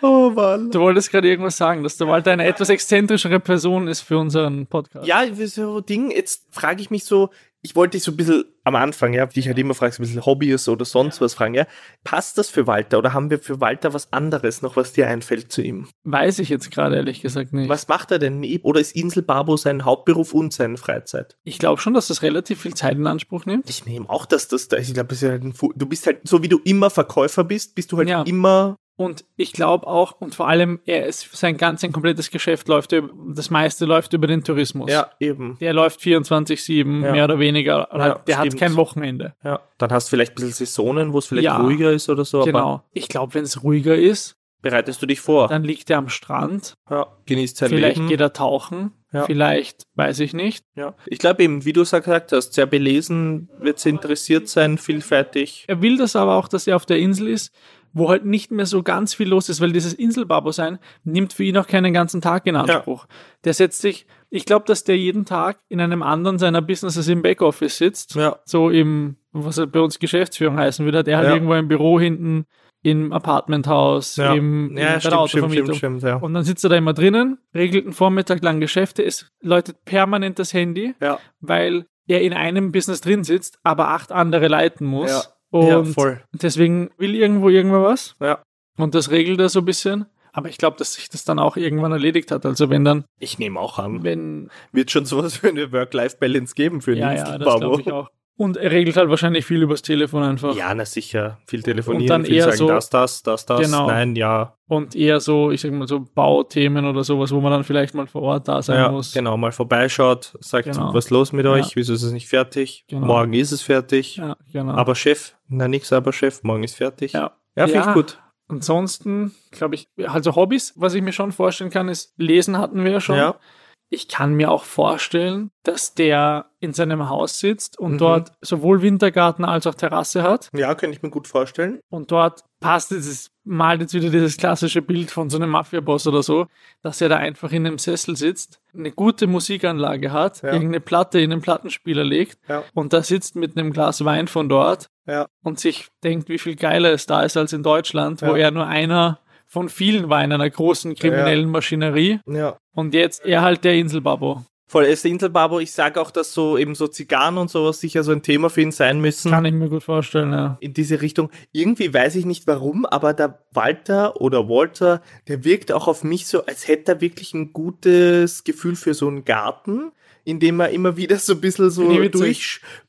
[SPEAKER 1] Oh Mann.
[SPEAKER 2] Du wolltest gerade irgendwas sagen, dass der Walter eine etwas exzentrischere Person ist für unseren Podcast.
[SPEAKER 1] Ja, so Ding, jetzt frage ich mich so, ich wollte dich so ein bisschen am Anfang, ja, wie ich halt immer frage, so ein bisschen Hobbys oder sonst was fragen, ja. Passt das für Walter oder haben wir für Walter was anderes noch, was dir einfällt zu ihm?
[SPEAKER 2] Weiß ich jetzt gerade ehrlich gesagt nicht.
[SPEAKER 1] Was macht er denn? neb- Oder ist Inselbabo sein Hauptberuf und seine Freizeit?
[SPEAKER 2] Ich glaube schon, dass das relativ viel Zeit in Anspruch nimmt.
[SPEAKER 1] Ich nehme auch, dass das da ist. Ich glaube, halt ein Fu- du bist halt, so wie du immer Verkäufer bist, bist du halt
[SPEAKER 2] Ja.
[SPEAKER 1] immer.
[SPEAKER 2] Und ich glaube auch, und vor allem, er ist, sein ganz sein komplettes Geschäft läuft, über- das meiste läuft über den Tourismus.
[SPEAKER 1] Ja, eben.
[SPEAKER 2] Der läuft 24-7,
[SPEAKER 1] Ja.
[SPEAKER 2] mehr oder weniger. Halt,
[SPEAKER 1] Ja,
[SPEAKER 2] der hat
[SPEAKER 1] stimmt.
[SPEAKER 2] kein Wochenende.
[SPEAKER 1] Ja. Dann hast du vielleicht ein bisschen Saisonen, wo es vielleicht
[SPEAKER 2] Ja.
[SPEAKER 1] ruhiger ist oder so, aber
[SPEAKER 2] Genau. Ich glaube, wenn es ruhiger ist,
[SPEAKER 1] bereitest du dich vor.
[SPEAKER 2] dann liegt er am Strand.
[SPEAKER 1] ja. Genießt sein
[SPEAKER 2] vielleicht
[SPEAKER 1] Leben.
[SPEAKER 2] geht er tauchen.
[SPEAKER 1] Ja.
[SPEAKER 2] Vielleicht, weiß ich nicht.
[SPEAKER 1] ja. Ich glaube eben, wie du es gesagt hast, sehr belesen, wird sie interessiert sein, vielfältig.
[SPEAKER 2] Er will das aber auch, dass er auf der Insel ist, wo halt nicht mehr so ganz viel los ist, weil dieses Inselbabo sein nimmt für ihn auch keinen ganzen Tag in Anspruch. Der setzt sich, ich glaube, dass der jeden Tag in einem anderen seiner Businesses im Backoffice sitzt.
[SPEAKER 1] Ja.
[SPEAKER 2] So im, was halt bei uns Geschäftsführung heißen würde, hat er halt
[SPEAKER 1] Ja.
[SPEAKER 2] irgendwo im Büro hinten, im Apartmenthaus,
[SPEAKER 1] Ja,
[SPEAKER 2] im,
[SPEAKER 1] ja
[SPEAKER 2] in
[SPEAKER 1] stimmt, stimmt, stimmt, stimmt, ja.
[SPEAKER 2] Und dann sitzt er da immer drinnen, regelt einen Vormittag lang Geschäfte, es läutet permanent das Handy,
[SPEAKER 1] ja.
[SPEAKER 2] weil er in einem Business drin sitzt, aber acht andere leiten muss.
[SPEAKER 1] Ja.
[SPEAKER 2] Und
[SPEAKER 1] ja, voll.
[SPEAKER 2] deswegen will irgendwo irgendwer was.
[SPEAKER 1] Ja.
[SPEAKER 2] Und das regelt er so ein bisschen. Aber ich glaube, dass sich das dann auch irgendwann erledigt hat. Also wenn dann,
[SPEAKER 1] Ich nehme auch an.
[SPEAKER 2] wenn,
[SPEAKER 1] Wird schon sowas für eine Work-Life-Balance geben für den
[SPEAKER 2] ja, ja, das
[SPEAKER 1] Inselbabo.
[SPEAKER 2] glaube ich auch. Und er regelt halt wahrscheinlich viel übers Telefon einfach.
[SPEAKER 1] Ja, na sicher. Viel telefonieren,
[SPEAKER 2] Und dann
[SPEAKER 1] viel
[SPEAKER 2] eher
[SPEAKER 1] sagen,
[SPEAKER 2] so-
[SPEAKER 1] das, das, das, das.
[SPEAKER 2] Genau.
[SPEAKER 1] Nein, ja.
[SPEAKER 2] Und eher so, ich sag mal so Bauthemen oder sowas, wo man dann vielleicht mal vor Ort da sein
[SPEAKER 1] ja
[SPEAKER 2] muss.
[SPEAKER 1] genau, mal vorbeischaut, sagt,
[SPEAKER 2] Genau.
[SPEAKER 1] was ist los mit
[SPEAKER 2] Ja.
[SPEAKER 1] euch? Wieso ist es nicht fertig?
[SPEAKER 2] Genau.
[SPEAKER 1] Morgen ist es fertig.
[SPEAKER 2] Ja, genau.
[SPEAKER 1] Aber Chef, na nix, aber Chef, morgen ist fertig.
[SPEAKER 2] ja.
[SPEAKER 1] Ja, finde ich
[SPEAKER 2] Ja.
[SPEAKER 1] gut.
[SPEAKER 2] Ansonsten, glaube ich, also Hobbys, was ich mir schon vorstellen kann, ist Lesen hatten wir ja schon.
[SPEAKER 1] Ja.
[SPEAKER 2] Ich kann mir auch vorstellen, dass der in seinem Haus sitzt und
[SPEAKER 1] Mhm.
[SPEAKER 2] dort sowohl Wintergarten als auch Terrasse hat.
[SPEAKER 1] Ja, könnte ich mir gut vorstellen.
[SPEAKER 2] Und dort passt dieses, malt jetzt wieder dieses klassische Bild von so einem Mafia-Boss oder so, dass er da einfach in einem Sessel sitzt, eine gute Musikanlage hat,
[SPEAKER 1] Ja.
[SPEAKER 2] irgendeine Platte in den Plattenspieler legt
[SPEAKER 1] Ja.
[SPEAKER 2] und da sitzt mit einem Glas Wein von dort
[SPEAKER 1] Ja.
[SPEAKER 2] und sich denkt, wie viel geiler es da ist als in Deutschland, wo
[SPEAKER 1] Ja.
[SPEAKER 2] er nur einer von vielen war in einer großen kriminellen Maschinerie
[SPEAKER 1] Ja.
[SPEAKER 2] und jetzt er halt der Inselbabo.
[SPEAKER 1] Voll, er ist der Inselbabo. Ich sage auch, dass so eben so Zigarren und sowas sicher so ein Thema für ihn sein müssen.
[SPEAKER 2] Kann ich mir gut vorstellen, ja.
[SPEAKER 1] in diese Richtung. Irgendwie weiß ich nicht warum, aber der Walter oder Walter, der wirkt auch auf mich so, als hätte er wirklich ein gutes Gefühl für so einen Garten, indem er immer wieder so ein bisschen so
[SPEAKER 2] Finde ich witzig.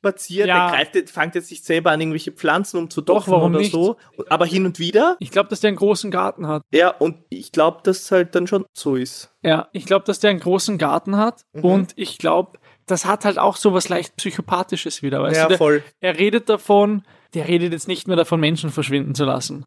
[SPEAKER 1] durchspaziert.
[SPEAKER 2] Ja.
[SPEAKER 1] Er greift, jetzt- fängt jetzt nicht selber an, irgendwelche Pflanzen umzudopfen
[SPEAKER 2] Doch, warum
[SPEAKER 1] oder so. Aber hin und wieder,
[SPEAKER 2] Ich glaube, dass der einen großen Garten hat.
[SPEAKER 1] ja, und ich glaube, dass es halt dann schon so ist.
[SPEAKER 2] Ja, ich glaube, dass der einen großen Garten hat
[SPEAKER 1] Mhm.
[SPEAKER 2] und ich glaube, das hat halt auch so was leicht Psychopathisches wieder, weißt
[SPEAKER 1] ja,
[SPEAKER 2] du? Der,
[SPEAKER 1] voll.
[SPEAKER 2] er redet davon, der redet jetzt nicht mehr davon, Menschen verschwinden zu lassen.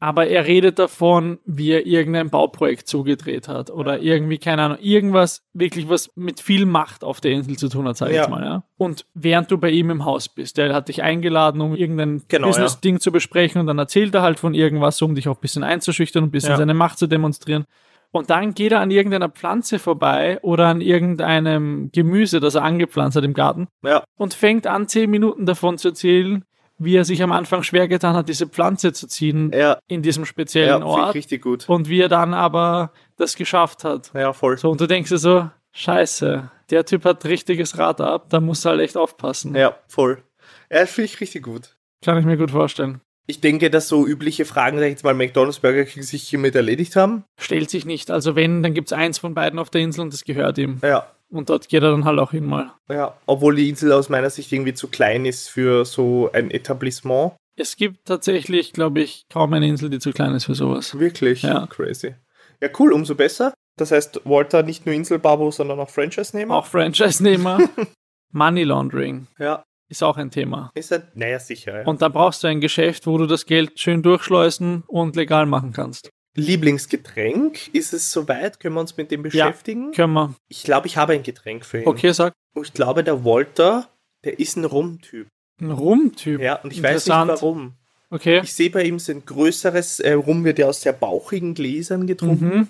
[SPEAKER 2] Aber er redet davon, wie er irgendein Bauprojekt zugedreht hat oder irgendwie, keine Ahnung, irgendwas wirklich, was mit viel Macht auf der Insel zu tun hat, sag ich
[SPEAKER 1] Ja.
[SPEAKER 2] jetzt mal. Ja? Und während du bei ihm im Haus bist, der hat dich eingeladen, um irgendein
[SPEAKER 1] Genau,
[SPEAKER 2] Business-Ding zu besprechen und dann erzählt er halt von irgendwas, um dich auch ein bisschen einzuschüchtern und ein bisschen
[SPEAKER 1] Ja.
[SPEAKER 2] seine Macht zu demonstrieren. Und dann geht er an irgendeiner Pflanze vorbei oder an irgendeinem Gemüse, das er angepflanzt hat im Garten
[SPEAKER 1] Ja,
[SPEAKER 2] und fängt an, zehn Minuten davon zu erzählen, wie er sich am Anfang schwer getan hat, diese Pflanze zu ziehen
[SPEAKER 1] ja,
[SPEAKER 2] in diesem speziellen
[SPEAKER 1] ja finde ich
[SPEAKER 2] Ort
[SPEAKER 1] richtig gut.
[SPEAKER 2] und wie er dann aber das geschafft hat.
[SPEAKER 1] Ja, voll.
[SPEAKER 2] So, und du denkst dir so, scheiße, der Typ hat richtiges Rad ab, da muss er halt echt aufpassen.
[SPEAKER 1] Ja, voll. Ja, finde ich richtig gut.
[SPEAKER 2] Kann ich mir gut vorstellen.
[SPEAKER 1] Ich denke, dass so übliche Fragen, sag ich jetzt mal, McDonalds, Burger King sich hiermit erledigt haben.
[SPEAKER 2] Stellt sich nicht. Also wenn, dann gibt es eins von beiden auf der Insel und das gehört ihm.
[SPEAKER 1] Ja.
[SPEAKER 2] Und dort geht er dann halt auch hin mal.
[SPEAKER 1] Ja, obwohl die Insel aus meiner Sicht irgendwie zu klein ist für so ein Etablissement.
[SPEAKER 2] Es gibt tatsächlich, glaube ich, kaum eine Insel, die zu klein ist für sowas.
[SPEAKER 1] Wirklich
[SPEAKER 2] Ja.
[SPEAKER 1] crazy. Ja, cool, umso besser. Das heißt, Walter nicht nur Inselbabo, sondern auch Franchise-Nehmer.
[SPEAKER 2] Auch Franchise-Nehmer. Money Laundering
[SPEAKER 1] Ja,
[SPEAKER 2] ist auch ein Thema.
[SPEAKER 1] ist er. Naja, sicher. Ja.
[SPEAKER 2] Und da brauchst du ein Geschäft, wo du das Geld schön durchschleusen und legal machen kannst.
[SPEAKER 1] Lieblingsgetränk, ist es soweit? Können wir uns mit dem beschäftigen?
[SPEAKER 2] Können wir.
[SPEAKER 1] Ich glaube, ich habe ein Getränk für ihn.
[SPEAKER 2] Okay, sag.
[SPEAKER 1] Und ich glaube, der Walter, der ist ein Rum-Typ.
[SPEAKER 2] Ein Rum-Typ.
[SPEAKER 1] Ja, und ich weiß nicht
[SPEAKER 2] Interessant.
[SPEAKER 1] warum.
[SPEAKER 2] Okay.
[SPEAKER 1] Ich sehe bei ihm sind größeres äh, Rum, wird ja aus sehr bauchigen Gläsern getrunken.
[SPEAKER 2] Mhm.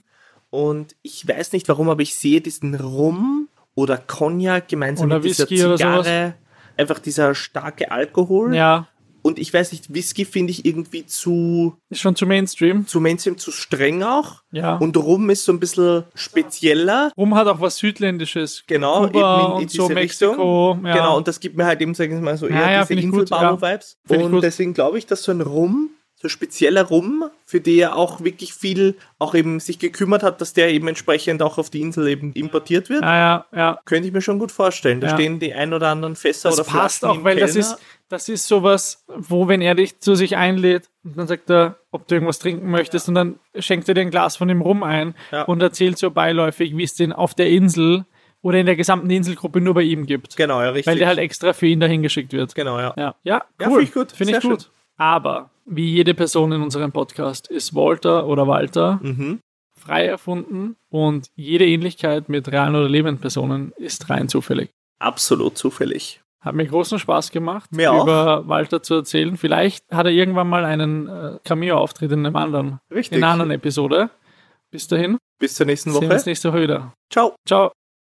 [SPEAKER 1] Und ich weiß nicht warum, aber ich sehe diesen Rum oder Cognac gemeinsam
[SPEAKER 2] Oder
[SPEAKER 1] mit dieser
[SPEAKER 2] Whisky oder sowas.
[SPEAKER 1] Zigarre. Einfach dieser starke Alkohol.
[SPEAKER 2] Ja,
[SPEAKER 1] Und ich weiß nicht, Whisky finde ich irgendwie zu,
[SPEAKER 2] ist schon zu Mainstream.
[SPEAKER 1] zu Mainstream, zu streng auch.
[SPEAKER 2] Ja.
[SPEAKER 1] Und Rum ist so ein bisschen spezieller.
[SPEAKER 2] Rum hat auch was Südländisches.
[SPEAKER 1] Genau,
[SPEAKER 2] Kuba und so,
[SPEAKER 1] Richtung.
[SPEAKER 2] Mexiko. Ja.
[SPEAKER 1] Genau, und das gibt mir halt eben, sagen wir mal so, eher
[SPEAKER 2] Ja, ja,
[SPEAKER 1] diese
[SPEAKER 2] find ich gut,
[SPEAKER 1] Inselbauer-Vibes.
[SPEAKER 2] Find ich
[SPEAKER 1] Und
[SPEAKER 2] gut.
[SPEAKER 1] deswegen glaube ich, dass so ein Rum, so spezieller Rum, für den er auch wirklich viel auch eben sich gekümmert hat, dass der eben entsprechend auch auf die Insel eben importiert wird.
[SPEAKER 2] ja, ja, ja.
[SPEAKER 1] Könnte ich mir schon gut vorstellen. Da
[SPEAKER 2] Ja.
[SPEAKER 1] stehen die ein oder anderen Fässer
[SPEAKER 2] Das
[SPEAKER 1] oder
[SPEAKER 2] passt
[SPEAKER 1] Flaschen
[SPEAKER 2] auch,
[SPEAKER 1] im
[SPEAKER 2] weil das
[SPEAKER 1] Keller.
[SPEAKER 2] ist, das ist sowas, wo, wenn er dich zu sich einlädt und dann sagt er, ob du irgendwas trinken möchtest, und dann schenkt er dir ein Glas von dem Rum ein
[SPEAKER 1] Ja.
[SPEAKER 2] und erzählt so beiläufig, wie es den auf der Insel oder in der gesamten Inselgruppe nur bei ihm gibt.
[SPEAKER 1] Genau, ja, richtig.
[SPEAKER 2] Weil der halt extra für ihn dahin geschickt wird.
[SPEAKER 1] genau, ja.
[SPEAKER 2] Ja, ja,
[SPEAKER 1] Ja,
[SPEAKER 2] cool.
[SPEAKER 1] finde ich gut,
[SPEAKER 2] Finde
[SPEAKER 1] sehr
[SPEAKER 2] ich gut.
[SPEAKER 1] schön.
[SPEAKER 2] Aber wie jede Person in unserem Podcast ist Walter oder Walter
[SPEAKER 1] Mhm.
[SPEAKER 2] frei erfunden und jede Ähnlichkeit mit realen oder lebenden Personen ist rein zufällig.
[SPEAKER 1] Absolut zufällig.
[SPEAKER 2] Hat mir großen Spaß gemacht,
[SPEAKER 1] Mir auch.
[SPEAKER 2] über Walter zu erzählen. Vielleicht hat er irgendwann mal einen äh, Cameo-Auftritt in einem anderen,
[SPEAKER 1] Richtig.
[SPEAKER 2] in einer anderen Episode. Bis dahin,
[SPEAKER 1] Bis zur nächsten
[SPEAKER 2] Genau, ne. sehen wir
[SPEAKER 1] Woche.
[SPEAKER 2] uns nächste Woche wieder.
[SPEAKER 1] Ciao.
[SPEAKER 2] Ciao.